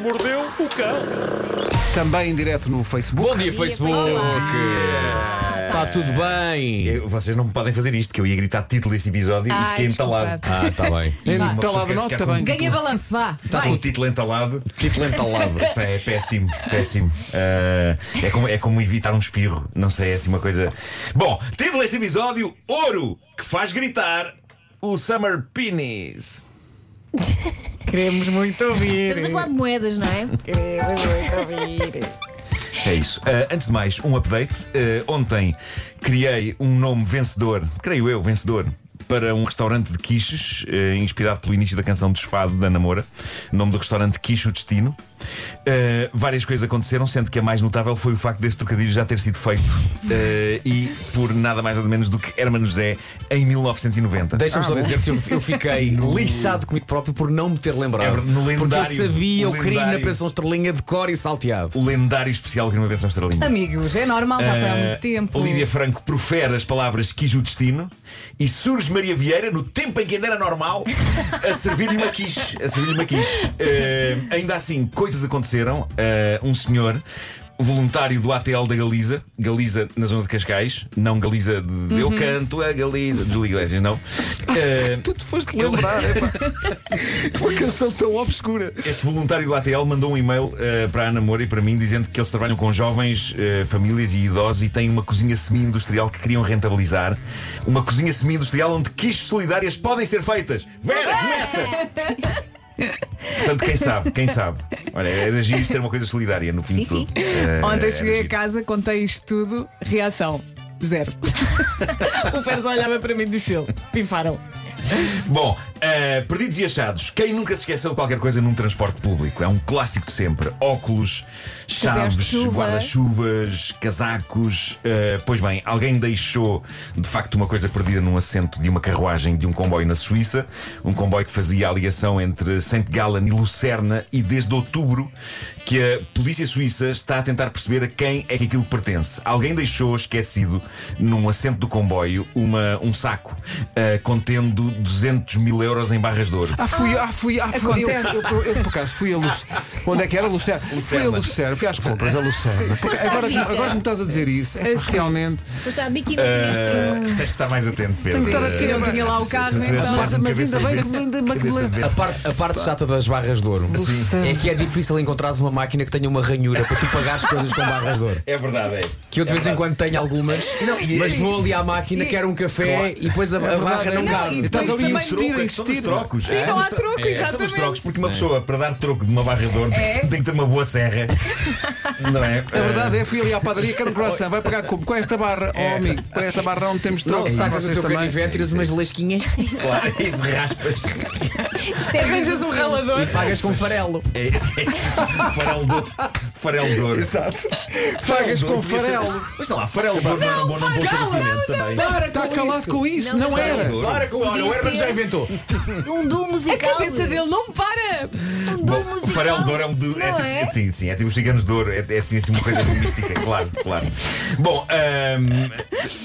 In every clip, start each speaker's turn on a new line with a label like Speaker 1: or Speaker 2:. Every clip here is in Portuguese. Speaker 1: mordeu o cão.
Speaker 2: Também em direto no Facebook.
Speaker 3: Bom dia, Facebook! Está tudo bem?
Speaker 4: Eu- vocês não me podem fazer isto, que eu ia gritar título deste episódio
Speaker 5: Ai,
Speaker 4: e fiquei
Speaker 5: desculpa.
Speaker 4: entalado.
Speaker 3: Ah, está bem.
Speaker 4: E uma pessoa
Speaker 2: Entalado
Speaker 4: quer
Speaker 2: não,
Speaker 4: ficar
Speaker 2: tá
Speaker 4: com-
Speaker 2: bem.
Speaker 5: Ganha balanço, vá.
Speaker 4: com
Speaker 5: Vai.
Speaker 4: o título entalado.
Speaker 3: Título entalado.
Speaker 4: Pá, É péssimo, péssimo. Ah, é, como, é como evitar um espirro. Não sei, é assim uma coisa. Bom, título deste episódio: Ouro, que faz gritar o Summer Penis.
Speaker 6: Queremos muito ouvir.
Speaker 5: Estamos a falar de moedas, não é?
Speaker 6: Queremos muito ouvir.
Speaker 4: É isso. Ah, antes de mais, um update. Ah, ontem criei um nome vencedor, creio eu, vencedor. Para um restaurante de quiches, ah, inspirado pelo início da canção Desfado da Namora, nome do restaurante Quiche o Destino. Ah, várias coisas aconteceram, sendo que a mais notável foi o facto desse trocadilho já ter sido feito ah, e por nada mais nada menos do que Hermano José em 1990.
Speaker 3: Deixa-me só dizer-te, eu, eu fiquei lixado comigo próprio por não me ter
Speaker 4: É
Speaker 3: lembrado.
Speaker 4: verdade, no
Speaker 3: porque eu
Speaker 4: lendário,
Speaker 3: sabia, eu
Speaker 4: no
Speaker 3: queria ir na
Speaker 4: lendário.
Speaker 3: pensão estrelinha de cor e salteado.
Speaker 4: O lendário especial que não pensão estrelinha.
Speaker 6: Amigos, é normal, já foi há
Speaker 4: Eh,
Speaker 6: muito tempo.
Speaker 4: Lídia Franco profere as palavras quis o destino e surge Maria Vieira, no tempo em que ainda era normal, a servir-lhe uma quiche. A servir-lhe uma quiche. Eh, ainda assim, coisas aconteceram. Eh, um senhor. Voluntário do ATL da Galiza, Galiza na zona de Cascais, não Galiza de Eu
Speaker 6: Uhum.
Speaker 4: Canto, a Galiza de Júlio Iglesias, não. Eh,
Speaker 2: Tu foste lembrar, epá. Uma canção tão obscura.
Speaker 4: Este voluntário do ATL mandou um e-mail eh, para a Ana Moura e para mim dizendo que eles trabalham com jovens, eh, famílias e idosos e têm uma cozinha semi-industrial que queriam rentabilizar. Uma cozinha semi-industrial onde quiches solidárias podem ser feitas. Vera, começa! Portanto, quem sabe, quem sabe. Olha, era giro isto ser uma coisa solidária no fim
Speaker 5: Sim,
Speaker 4: de tudo.
Speaker 5: sim.
Speaker 4: Eh,
Speaker 6: Ontem
Speaker 4: era
Speaker 6: cheguei a
Speaker 4: giro.
Speaker 6: casa, contei isto tudo, reação. Zero. o Fers olhava para mim do estilo. Pifaram.
Speaker 4: Bom, eh, perdidos e achados. Quem nunca se esqueceu de qualquer coisa num transporte público? É um clássico de sempre. Óculos, chaves,
Speaker 5: Coberto-chuva.
Speaker 4: guarda-chuvas, casacos. Eh, pois bem, alguém deixou de facto uma coisa perdida num assento de uma carruagem de um comboio na Suíça. Um comboio que fazia a ligação entre St. Gallen e Lucerna e desde outubro que a polícia suíça está a tentar perceber a quem é que aquilo pertence. Alguém deixou esquecido num assento do comboio uma- um saco eh, contendo 200 mil euros em barras de ouro.
Speaker 2: Ah, fui, ah, fui, ah, fui. Eu, eu, eu, eu, por acaso, fui a Lucerna. Onde é que era? Lucerna. Fui a
Speaker 4: Lucerna.
Speaker 2: Lucerna, fui às compras, a Lucerna. Porque
Speaker 5: Foste à
Speaker 2: agora, que-
Speaker 5: vida.
Speaker 2: agora que me estás a dizer isso, é pá, realmente.
Speaker 5: Depois está a biquíni
Speaker 4: Eh,
Speaker 5: uh...
Speaker 4: tens que estar mais atento, Pedro.
Speaker 2: Tenho que estar
Speaker 4: Eh,
Speaker 2: atento.
Speaker 6: Eu tinha lá o carro,
Speaker 4: tu- tu-
Speaker 6: então.
Speaker 2: Mas,
Speaker 4: Claro,
Speaker 2: mas
Speaker 4: cabeça
Speaker 2: ainda bem que me
Speaker 4: verde.
Speaker 2: ainda bem que me
Speaker 4: Cabeça
Speaker 2: lembro.
Speaker 4: verde.
Speaker 3: A parte, a parte chata das barras de ouro
Speaker 2: Sim.
Speaker 3: é que é difícil encontrares uma máquina que tenha uma ranhura para tu pagares coisas com barras de ouro.
Speaker 4: É verdade, é.
Speaker 3: Que eu de vez em quando tenho algumas,
Speaker 4: Não, e-
Speaker 3: mas vou ali à máquina, quero um café e depois a, a barra não
Speaker 2: é.
Speaker 3: cabe.
Speaker 2: E depois
Speaker 3: Estás ali
Speaker 2: também
Speaker 3: a
Speaker 2: tira,
Speaker 4: a questão dos
Speaker 2: tira.
Speaker 4: trocos.
Speaker 6: Sim, não há troco,
Speaker 4: A questão dos
Speaker 6: exatamente.
Speaker 4: trocos, porque uma pessoa, para dar troco de uma barra de ouro, tem que ter uma boa serra. Não é?
Speaker 2: É verdade, é, fui ali à padaria, quero um croissant, vai pagar como? Com esta barra, oh amigo, com esta barra não temos
Speaker 3: Não,
Speaker 2: troco.
Speaker 4: É
Speaker 3: sacas
Speaker 2: Vocês
Speaker 3: o teu
Speaker 2: também.
Speaker 3: canivete, tiras umas lesquinhas
Speaker 4: Claro, isso raspas.
Speaker 5: Isto é
Speaker 6: Arranjas um ralador.
Speaker 3: e pagas com farelo.
Speaker 4: É, é, farelo de ouro. Farelo de ouro.
Speaker 2: Exato.
Speaker 4: Farelo
Speaker 2: Pagas
Speaker 4: de ouro
Speaker 2: com
Speaker 4: podia ser-
Speaker 2: farelo.
Speaker 4: Mas sei lá, farelo de ouro não era bom num bom estabelecimento também.
Speaker 2: Está calado com isso,
Speaker 5: Não,
Speaker 2: não
Speaker 5: não.
Speaker 2: era.
Speaker 4: Farelo de ouro.
Speaker 3: Para com olha, o Herman já inventou.
Speaker 5: Um duo
Speaker 6: A
Speaker 5: musical.
Speaker 6: cabeça dele não para.
Speaker 5: Um
Speaker 4: Bom,
Speaker 5: duo musical.
Speaker 4: o farelo de ouro é um do, é,
Speaker 5: Não
Speaker 4: tipo-
Speaker 5: é?
Speaker 4: é, sim, sim, é tipo os ciganos de ouro, é, é assim, assim uma coisa mística, claro, claro. Bom, ahm,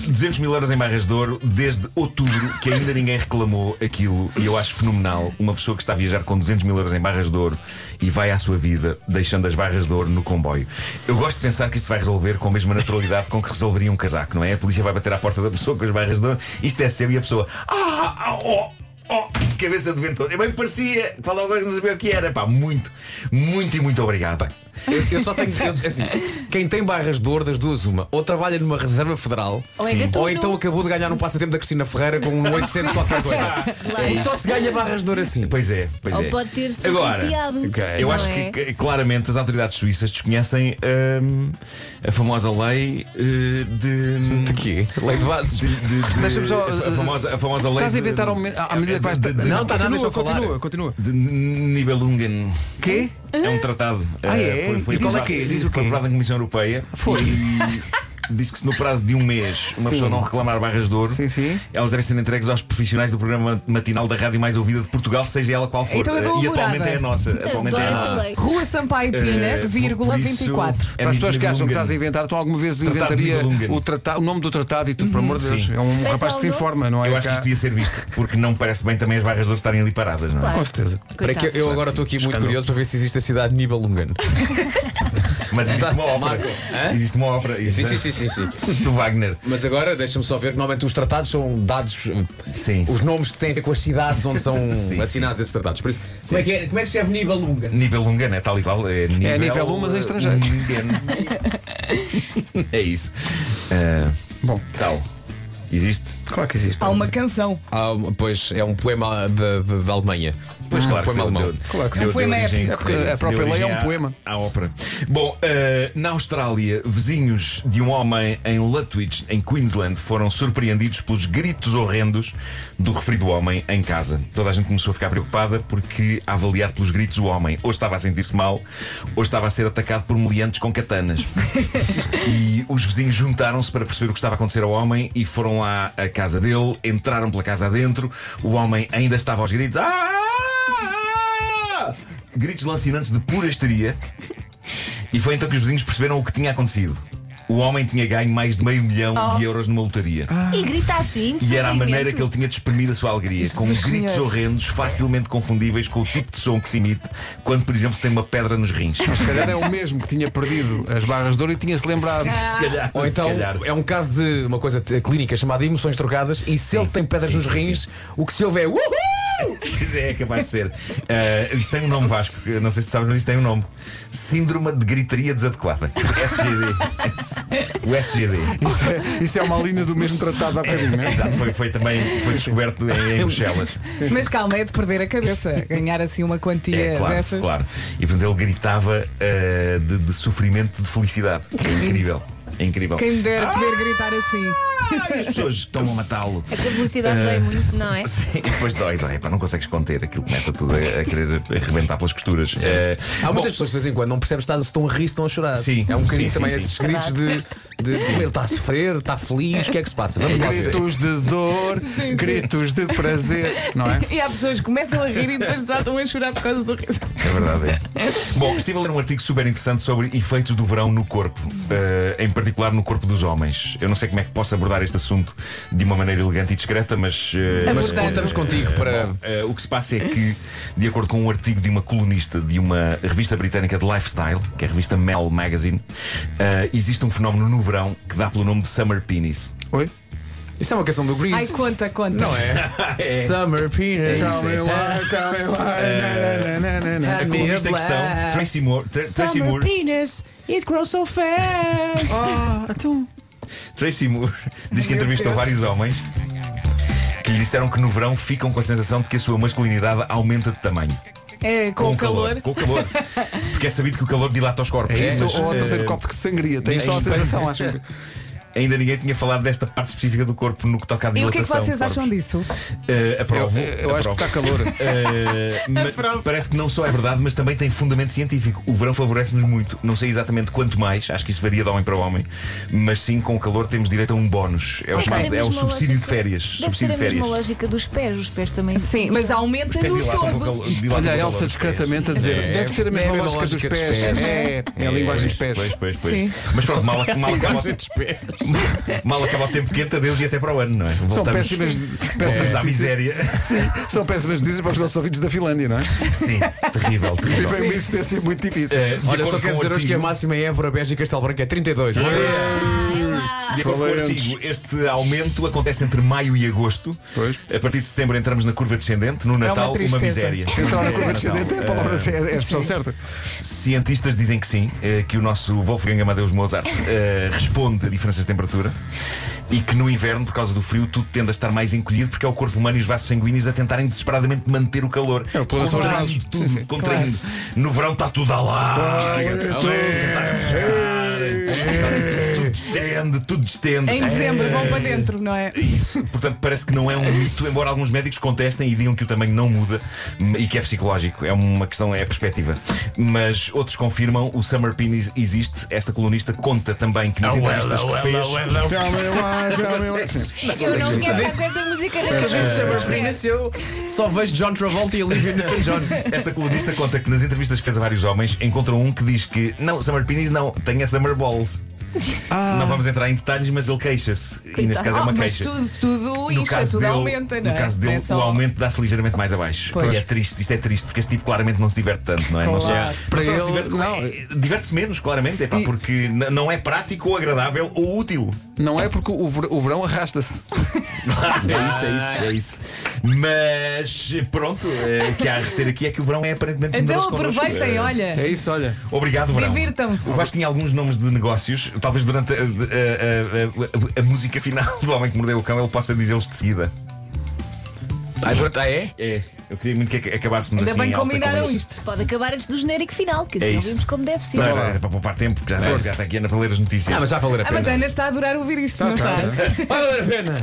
Speaker 4: 200 mil euros em barras de ouro desde outubro, que ainda ninguém reclamou aquilo, e eu acho fenomenal uma pessoa que está a viajar com 200 mil euros em barras de ouro e vai à sua vida deixando as barras de ouro no comboio. Eu gosto de pensar que isso vai resolver com a mesma naturalidade com que resolveria um casaco, não é? A polícia vai bater à porta da pessoa com as barras de ouro, isto é seu, e a pessoa, ah, ah, oh.
Speaker 5: É.
Speaker 4: Oh, cabeça de vento. Eu bem parecia. Falava coisa que não sabia o que era. Pá, muito, muito e muito obrigado.
Speaker 3: Eu, eu só tenho. Eu, assim, quem tem barras de ouro, das duas, uma, ou trabalha numa reserva federal,
Speaker 5: Ou é gatuno.
Speaker 3: ou então acabou de ganhar um passatempo da Cristina Ferreira com um 800 qualquer coisa.
Speaker 5: Claro.
Speaker 3: Porque só se ganha barras de ouro assim.
Speaker 4: Pois é, pois
Speaker 5: Ou
Speaker 4: é.
Speaker 5: Oh, pode ter sido
Speaker 4: Agora,
Speaker 5: sorteado,
Speaker 4: eu
Speaker 5: não
Speaker 4: acho
Speaker 5: é?
Speaker 4: que, que, claramente as autoridades suíças desconhecem hum, a famosa lei eh, de.
Speaker 3: De quê? Lei de bases.
Speaker 4: de- de- de-
Speaker 2: Deixa-me só,
Speaker 4: A, a
Speaker 2: eh,
Speaker 4: famosa, a famosa lei.
Speaker 2: Estás a
Speaker 4: de-
Speaker 2: inventar ao me- à à medida que vais.
Speaker 4: de- de-
Speaker 3: Não, tá, não, deixa
Speaker 2: continua,
Speaker 3: eu falar.
Speaker 2: continua, continua.
Speaker 4: De Nibelungen.
Speaker 2: Quê?
Speaker 4: É um tratado.
Speaker 2: Ah,
Speaker 4: Eh,
Speaker 2: é? E diz o
Speaker 4: aprovado-
Speaker 2: quê? Diz o
Speaker 4: Foi
Speaker 2: quê?
Speaker 4: aprovado na Comissão Europeia.
Speaker 2: Foi.
Speaker 4: E- disse que se no prazo de um mês uma pessoa não reclamar barras de ouro,
Speaker 2: Sim, sim.
Speaker 4: elas devem ser entregues aos profissionais do programa matinal da rádio mais ouvida de Portugal, seja ela qual for.
Speaker 6: Então eu dou a
Speaker 4: e atualmente
Speaker 6: morada.
Speaker 4: é a nossa. Atualmente é a
Speaker 5: Adoro essa
Speaker 4: nossa.
Speaker 5: lei.
Speaker 6: Rua Sampaio Pina,
Speaker 4: Eh,
Speaker 6: vírgula
Speaker 4: por isso,
Speaker 6: 24.
Speaker 4: é
Speaker 2: Para as pessoas
Speaker 4: Nibelungen.
Speaker 2: que acham que estás a inventar, tu alguma vez
Speaker 4: Tratado de
Speaker 2: inventaria
Speaker 4: Nibelungen.
Speaker 2: o, trata- o nome do tratado e tudo, por amor de Deus.
Speaker 4: Sim.
Speaker 2: É um
Speaker 5: Então,
Speaker 2: rapaz que se
Speaker 5: não-
Speaker 2: informa, não é?
Speaker 4: Eu acho que
Speaker 2: cá?
Speaker 4: isto devia ser visto, porque não me parece bem também as barras de ouro estarem ali paradas, não é?
Speaker 5: Claro.
Speaker 2: Com certeza.
Speaker 3: Para que eu- eu agora estou aqui muito curioso para ver se existe a cidade de Nibelungen.
Speaker 4: Mas existe uma ópera.
Speaker 3: Marco, hã?
Speaker 4: Existe uma ópera.
Speaker 3: Sim,
Speaker 4: existe-
Speaker 3: sim, sim, sim, sim.
Speaker 4: Do Wagner.
Speaker 3: Mas agora deixa-me só ver que normalmente os tratados são dados.
Speaker 4: Sim.
Speaker 3: Os nomes têm a ver com as cidades onde são
Speaker 4: Sim,
Speaker 3: assinados esses tratados. Por isso, como é que, é, como é que se escreve Nibelungen?
Speaker 4: Nibelungen é tal e qual. É nível,
Speaker 2: nível um, mas em estrangeiro.
Speaker 4: Nibelungen. é isso. Ah,
Speaker 2: Bom,
Speaker 4: tal. Existe?
Speaker 2: claro que existe.
Speaker 6: Há uma canção.
Speaker 3: Ah, pois é um poema da, da- da Alemanha.
Speaker 4: Pois
Speaker 3: um
Speaker 4: claro,
Speaker 3: poema
Speaker 4: deu-
Speaker 3: alemão.
Speaker 4: deu-
Speaker 2: Ah, Claro que
Speaker 4: deu-
Speaker 6: sim. Um poema
Speaker 4: deu origem-
Speaker 2: épico. É porque a
Speaker 4: deu
Speaker 2: própria lei é
Speaker 4: origem
Speaker 2: um
Speaker 4: à-
Speaker 2: poema.
Speaker 4: À ópera. Bom, eh, na Austrália, vizinhos de um homem em Lutwich, em Queensland, foram surpreendidos pelos gritos horrendos do referido homem em casa. Toda a gente começou a ficar preocupada porque, a avaliar pelos gritos, o homem ou estava a sentir-se mal ou estava a ser atacado por meliantes com katanas. E os vizinhos juntaram-se para perceber o que estava a acontecer ao homem e foram lá à casa dele, entraram pela casa adentro. O homem ainda estava aos gritos. "Ah!" Gritos lancinantes de pura histeria. E foi então que os vizinhos perceberam o que tinha acontecido. O homem tinha ganho mais de meio milhão de euros numa lotaria.
Speaker 5: E grita assim. de
Speaker 4: E era a maneira
Speaker 5: sofrimento.
Speaker 4: que ele tinha de exprimir a sua alegria, com
Speaker 6: dos
Speaker 4: gritos
Speaker 6: senhores.
Speaker 4: horrendos facilmente confundíveis com o tipo de som que se emite quando, por exemplo, se tem uma pedra nos rins.
Speaker 3: Ah.
Speaker 2: Se calhar é o mesmo que tinha perdido as barras de ouro e tinha-se lembrado.
Speaker 4: Se calhar,
Speaker 3: Ou então
Speaker 4: se calhar.
Speaker 3: é um caso de uma coisa t- clínica chamada emoções trocadas e se ele tem pedras
Speaker 4: sim,
Speaker 3: nos
Speaker 4: sim,
Speaker 3: rins, o que se ouve é uhul!
Speaker 4: Pois é, é capaz de ser. Uh, isto tem um nome Vasco, eu não sei se sabes, mas isto tem um nome: Síndrome de Gritaria Desadequada. SGD. o SGD.
Speaker 2: Isso é, isso é uma linha do mesmo tratado há bocadinho, não é?
Speaker 4: Exato, foi, foi também foi descoberto em, em Bruxelas.
Speaker 6: Mas calma, é de perder a cabeça. Ganhar assim uma quantia
Speaker 4: É, claro,
Speaker 6: dessas.
Speaker 4: claro. E portanto ele gritava uh, de, de sofrimento, de felicidade. É incrível. É incrível.
Speaker 6: Quem me der poder gritar assim.
Speaker 4: Ai, as pessoas estão a matá-lo.
Speaker 5: A publicidade dói muito, não é?
Speaker 4: Ah. Sim, depois dói, dói. Epá, não consegues conter aquilo, começa tudo a, a querer arrebentar pelas costuras. Eh,
Speaker 3: Há
Speaker 4: bom,
Speaker 3: muitas pessoas que de vez em quando não percebes se estão- se estão a rir, se estão a chorar.
Speaker 4: Sim,
Speaker 3: é um bocadinho
Speaker 4: sim,
Speaker 3: também
Speaker 4: sim, sim.
Speaker 3: esses gritos de, de ele está a sofrer, está feliz, o que é que se passa? Vamos lá ver.
Speaker 2: Gritos de dor,
Speaker 6: sim.
Speaker 2: gritos de prazer, não é?
Speaker 6: E há pessoas que começam a rir e depois já estão a chorar por causa do riso.
Speaker 4: É verdade. é. Bom, estive a ler um artigo super interessante sobre efeitos do verão no corpo, eh, em particular no corpo dos homens. Eu não sei como é que posso abordar este assunto de uma maneira elegante e discreta, mas. eh,
Speaker 3: Mas
Speaker 6: Abordando.
Speaker 3: contamos contigo para.
Speaker 4: Eh, o que se passa é que, de acordo com um artigo de uma colunista de uma revista britânica de lifestyle, que é a revista Mel Magazine, eh, existe um fenómeno no verão que dá pelo nome de Summer Penis.
Speaker 2: Oi?
Speaker 3: Isso é uma canção do
Speaker 6: Ai,
Speaker 3: Grease.
Speaker 6: conta, conta.
Speaker 3: Não é? Summer Penis.
Speaker 4: Tell me
Speaker 2: why, tell me why, na, na, na, na,
Speaker 4: A
Speaker 2: na.
Speaker 4: colunista em questão, Tracy Moore, Tra- Tracy
Speaker 3: Summer
Speaker 4: Moore,
Speaker 3: Penis, it grows so fast.
Speaker 2: Ah, então.
Speaker 4: Tracy Moore diz que entrevistou vários homens que lhe disseram que no verão ficam com a sensação de que a sua masculinidade aumenta de tamanho.
Speaker 6: É com, o calor.
Speaker 4: Com o calor. Porque é sabido que o calor dilata os corpos.
Speaker 2: É isso
Speaker 4: Mas,
Speaker 2: ou a
Speaker 4: eh,
Speaker 2: terceiro copo de sangria? Tem só a
Speaker 3: Diz-me.
Speaker 2: sensação, acho que.
Speaker 4: Ainda ninguém tinha falado desta parte específica do corpo no que toca à
Speaker 6: E o que
Speaker 4: dilatação.
Speaker 6: é que vocês acham disso?
Speaker 4: Uh,
Speaker 2: Eu,
Speaker 4: aprovo.
Speaker 2: eu acho
Speaker 4: aprovo.
Speaker 2: que está calor.
Speaker 4: Eh, ma- parece que não só é verdade, mas também tem fundamento científico. O verão favorece-nos muito. Não sei exatamente quanto mais, acho que isso varia de homem para homem, mas sim com o calor temos direito a um bónus. É o,
Speaker 5: Deve
Speaker 4: chamado-
Speaker 5: ser a
Speaker 4: é o
Speaker 5: mesma
Speaker 4: subsídio de
Speaker 5: lógica.
Speaker 4: férias.
Speaker 5: Deve ser
Speaker 4: Subsídio
Speaker 5: a
Speaker 4: de férias.
Speaker 5: mesma lógica dos pés. Os pés também.
Speaker 6: Sim, mas aumenta
Speaker 4: Os pés
Speaker 6: no
Speaker 4: dilatam com o
Speaker 6: todo.
Speaker 4: calor- dilatam
Speaker 2: Olha
Speaker 4: com
Speaker 2: a
Speaker 4: o calor
Speaker 2: Elsa
Speaker 4: dos pés.
Speaker 2: discretamente a dizer:
Speaker 3: É,
Speaker 2: deve ser a mesma
Speaker 3: é a mesma
Speaker 2: lógica dos
Speaker 3: lógica dos
Speaker 2: pés.
Speaker 3: pés.
Speaker 2: É, é a linguagem dos pés.
Speaker 4: Pois, pois, pois.
Speaker 6: Sim.
Speaker 4: Mas pronto, mal, mal, acaba,
Speaker 3: pés.
Speaker 4: mal acaba o tempo quente, adeus e até para o ano, não é?
Speaker 2: São
Speaker 4: Voltamos- É.
Speaker 2: péssimas, péssimas
Speaker 4: Voltamos à
Speaker 2: notícias.
Speaker 4: miséria.
Speaker 2: Sim, são péssimas notícias para os nossos ouvintes da Finlândia, não é?
Speaker 4: Sim, terrível, terrível.
Speaker 2: Bem, isso deve ser muito difícil.
Speaker 4: Eh, de
Speaker 3: Olha, eu
Speaker 4: acordo
Speaker 3: só
Speaker 4: com o
Speaker 3: quero dizer hoje que a
Speaker 2: é
Speaker 4: artigo-
Speaker 3: máxima em Évora, Beja e Castelo Branco é 32. Bom dia.
Speaker 4: De acordo com o
Speaker 2: Valentes.
Speaker 4: artigo, este aumento acontece entre maio e agosto.
Speaker 2: Pois.
Speaker 4: A partir de setembro entramos na curva descendente. No Natal, uma,
Speaker 6: É tristeza.
Speaker 4: miséria.
Speaker 2: Entrar na
Speaker 4: É,
Speaker 2: curva descendente é a
Speaker 4: Natal.
Speaker 2: palavra é a expressão certa.
Speaker 4: Cientistas dizem que sim, eh, que o nosso Wolfgang Amadeus Mozart eh, responde a diferenças de temperatura e que no inverno, por causa do frio, tudo tende a estar mais encolhido porque é o corpo humano e os vasos sanguíneos a tentarem desesperadamente manter o calor.
Speaker 2: É, o problema são os
Speaker 4: Contraindo
Speaker 2: vasos.
Speaker 4: Tudo,
Speaker 2: Sim, sim.
Speaker 4: contraindo. No verão está tudo a lá.
Speaker 2: Olha,
Speaker 4: Tudo distende, tudo distende.
Speaker 6: Em dezembro vão para dentro, não é?
Speaker 4: É Isso, portanto, parece que não é um mito, embora alguns médicos contestem e digam que o tamanho não muda hum, e que é psicológico. É uma questão, é perspectiva. Mas outros confirmam, o Summer Penis existe. Esta colunista conta também que nas entrevistas que fez. Então,
Speaker 2: Tell me why, tell
Speaker 6: um
Speaker 2: me why. Sim.
Speaker 5: Eu é assim. não quero estar com essa música na
Speaker 3: Cada vez que chama
Speaker 5: cabeça.
Speaker 3: Prince, eu só vejo John Travolta e Olivia Newton-John.
Speaker 4: Esta colunista conta que nas entrevistas que fez a vários homens encontrou um que diz que não, Summer Penis não, tem a Summer Balls. Não vamos entrar em detalhes, mas ele queixa-se. E neste
Speaker 5: Ah. Coitado.
Speaker 4: caso é uma
Speaker 6: Oh, mas
Speaker 4: queixa.
Speaker 6: tudo, tudo incha, tudo aumenta, não é?
Speaker 4: no caso
Speaker 6: Não é
Speaker 4: dele,
Speaker 6: só-
Speaker 4: o aumento dá-se ligeiramente mais abaixo.
Speaker 6: Pois.
Speaker 4: E é triste, isto é triste, porque este tipo claramente não se diverte tanto, não é? Não
Speaker 6: Claro.
Speaker 4: só-
Speaker 3: Para
Speaker 4: não só
Speaker 3: ele,
Speaker 4: se diverte, como
Speaker 2: não.
Speaker 4: é- diverte-se menos, claramente, é pá, porque n- não é prático ou agradável ou útil.
Speaker 2: Não é porque o ver- o verão arrasta-se.
Speaker 4: é isso, é isso, é isso. Mas pronto, eh, o que há a reter aqui é que o verão é aparentemente
Speaker 6: Então
Speaker 4: generoso connosco.
Speaker 6: aproveitem,
Speaker 4: Eh,
Speaker 6: olha.
Speaker 2: É isso, olha.
Speaker 4: Obrigado, Verão.
Speaker 6: Divirtam-se.
Speaker 4: O Vasco tinha alguns nomes de negócios. Talvez durante a, a- a- a- a- a música final do Homem que Mordeu o Cão ele possa dizê-los de seguida.
Speaker 3: Ai, pronto, ah, é?
Speaker 4: É, eu queria muito que ac- acabássemos
Speaker 6: Ainda
Speaker 4: assim.
Speaker 6: bem
Speaker 4: em alta
Speaker 6: combinaram
Speaker 4: conversa.
Speaker 6: isto.
Speaker 5: Pode acabar antes do genérico final, que
Speaker 4: É
Speaker 5: assim
Speaker 4: isso.
Speaker 5: ouvimos como deve ser.
Speaker 4: Não, não, é para poupar tempo, porque já, já, já está aqui a Ana para ler as notícias.
Speaker 3: Ah, mas já valer a
Speaker 6: Ah, mas a
Speaker 3: pena.
Speaker 6: Ana está a adorar ouvir isto, não
Speaker 2: tá,
Speaker 6: está?
Speaker 3: Vai valer a pena.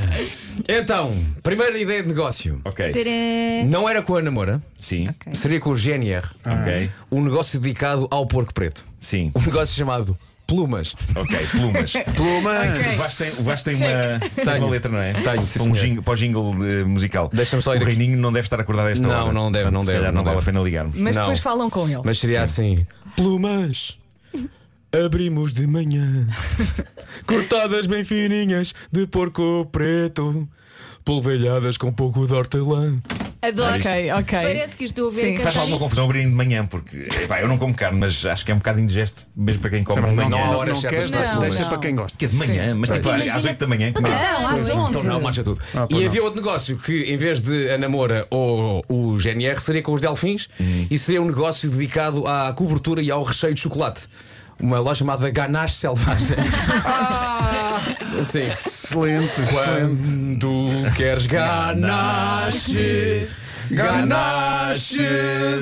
Speaker 3: Então, primeira ideia de negócio.
Speaker 4: Ok.
Speaker 5: Tcharam.
Speaker 3: Não era com a namora,
Speaker 4: Sim.
Speaker 5: Ok.
Speaker 3: seria com o GNR.
Speaker 4: Ok.
Speaker 3: Um negócio dedicado ao porco preto.
Speaker 4: Sim.
Speaker 3: Um negócio chamado Plumas.
Speaker 4: Ok. Plumas.
Speaker 2: Pluma.
Speaker 4: O Vasco tem, o Vasco tem uma, tem uma letra, não é?
Speaker 3: Tenho, sim,
Speaker 4: Para, um
Speaker 3: senhor.
Speaker 4: jingle, para o jingle eh, musical.
Speaker 3: Deixa-me só ir
Speaker 4: O
Speaker 3: aqui.
Speaker 4: Reininho não deve estar acordado a esta
Speaker 3: Não,
Speaker 4: hora.
Speaker 3: não deve,
Speaker 4: Portanto,
Speaker 3: não
Speaker 4: se
Speaker 3: deve,
Speaker 4: calhar não,
Speaker 3: não
Speaker 4: vale a
Speaker 3: deve.
Speaker 4: pena ligarmos.
Speaker 6: Mas
Speaker 3: Não.
Speaker 6: depois falam com ele.
Speaker 3: Mas seria assim: Plumas. Abrimos de manhã, cortadas bem fininhas de porco preto, polvilhadas com pouco de hortelã.
Speaker 5: Adoro.
Speaker 6: Ok, ok.
Speaker 5: Parece que estou a ver
Speaker 6: Sim.
Speaker 5: a
Speaker 4: Faz
Speaker 5: cantar
Speaker 4: alguma
Speaker 5: isso.
Speaker 4: confusão abrirem de manhã, porque epá, eu não como carne, mas acho que é um bocado indigesto, mesmo para quem come de
Speaker 2: Não,
Speaker 4: manhã.
Speaker 3: há
Speaker 2: não,
Speaker 3: horas
Speaker 2: não
Speaker 3: certas
Speaker 2: queres,
Speaker 5: para as
Speaker 2: deixa-
Speaker 5: plumas.
Speaker 2: deixa para quem gosta.
Speaker 4: Que é de manhã, mas tipo
Speaker 5: Imagina-
Speaker 4: às 8 da manhã. Como é?
Speaker 6: Não, às
Speaker 5: Então,
Speaker 6: 11.
Speaker 3: Então não, marcha tudo.
Speaker 2: Ah, pois
Speaker 3: e
Speaker 2: não.
Speaker 3: havia outro negócio que, em vez de a namora ou o GNR, seria com os Delfins e seria um negócio dedicado à cobertura e ao recheio de chocolate. Uma loja chamada Ganache Selvagem. Sim.
Speaker 2: Excelente, excelente.
Speaker 3: Quando queres ganache, ganache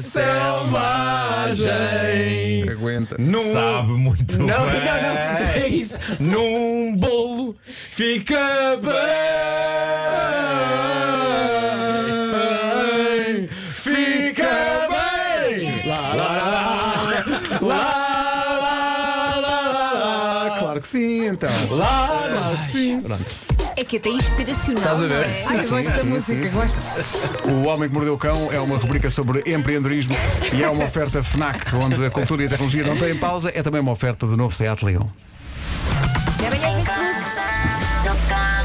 Speaker 3: selvagem.
Speaker 2: Aguenta.
Speaker 3: Num...
Speaker 4: Sabe muito
Speaker 3: Não, não,
Speaker 4: bem.
Speaker 3: não, é isso. Num bolo fica bem. Fica bem. Lá, lá, lá, lá, lá, lá, lá,
Speaker 2: Ah, claro que sim, então.
Speaker 3: lá, lá.
Speaker 2: Sim.
Speaker 5: É que até é inspiracional.
Speaker 3: Estás a
Speaker 5: não
Speaker 3: ver?
Speaker 5: é?
Speaker 6: Ai, eu gosto da música, gosto.
Speaker 2: O Homem que Mordeu o Cão é uma rubrica sobre empreendedorismo e é uma oferta FNAC, onde a cultura e a tecnologia não têm pausa. É também uma oferta de novo Seat Leon.
Speaker 5: Até amanhã, Facebook.
Speaker 1: Loca.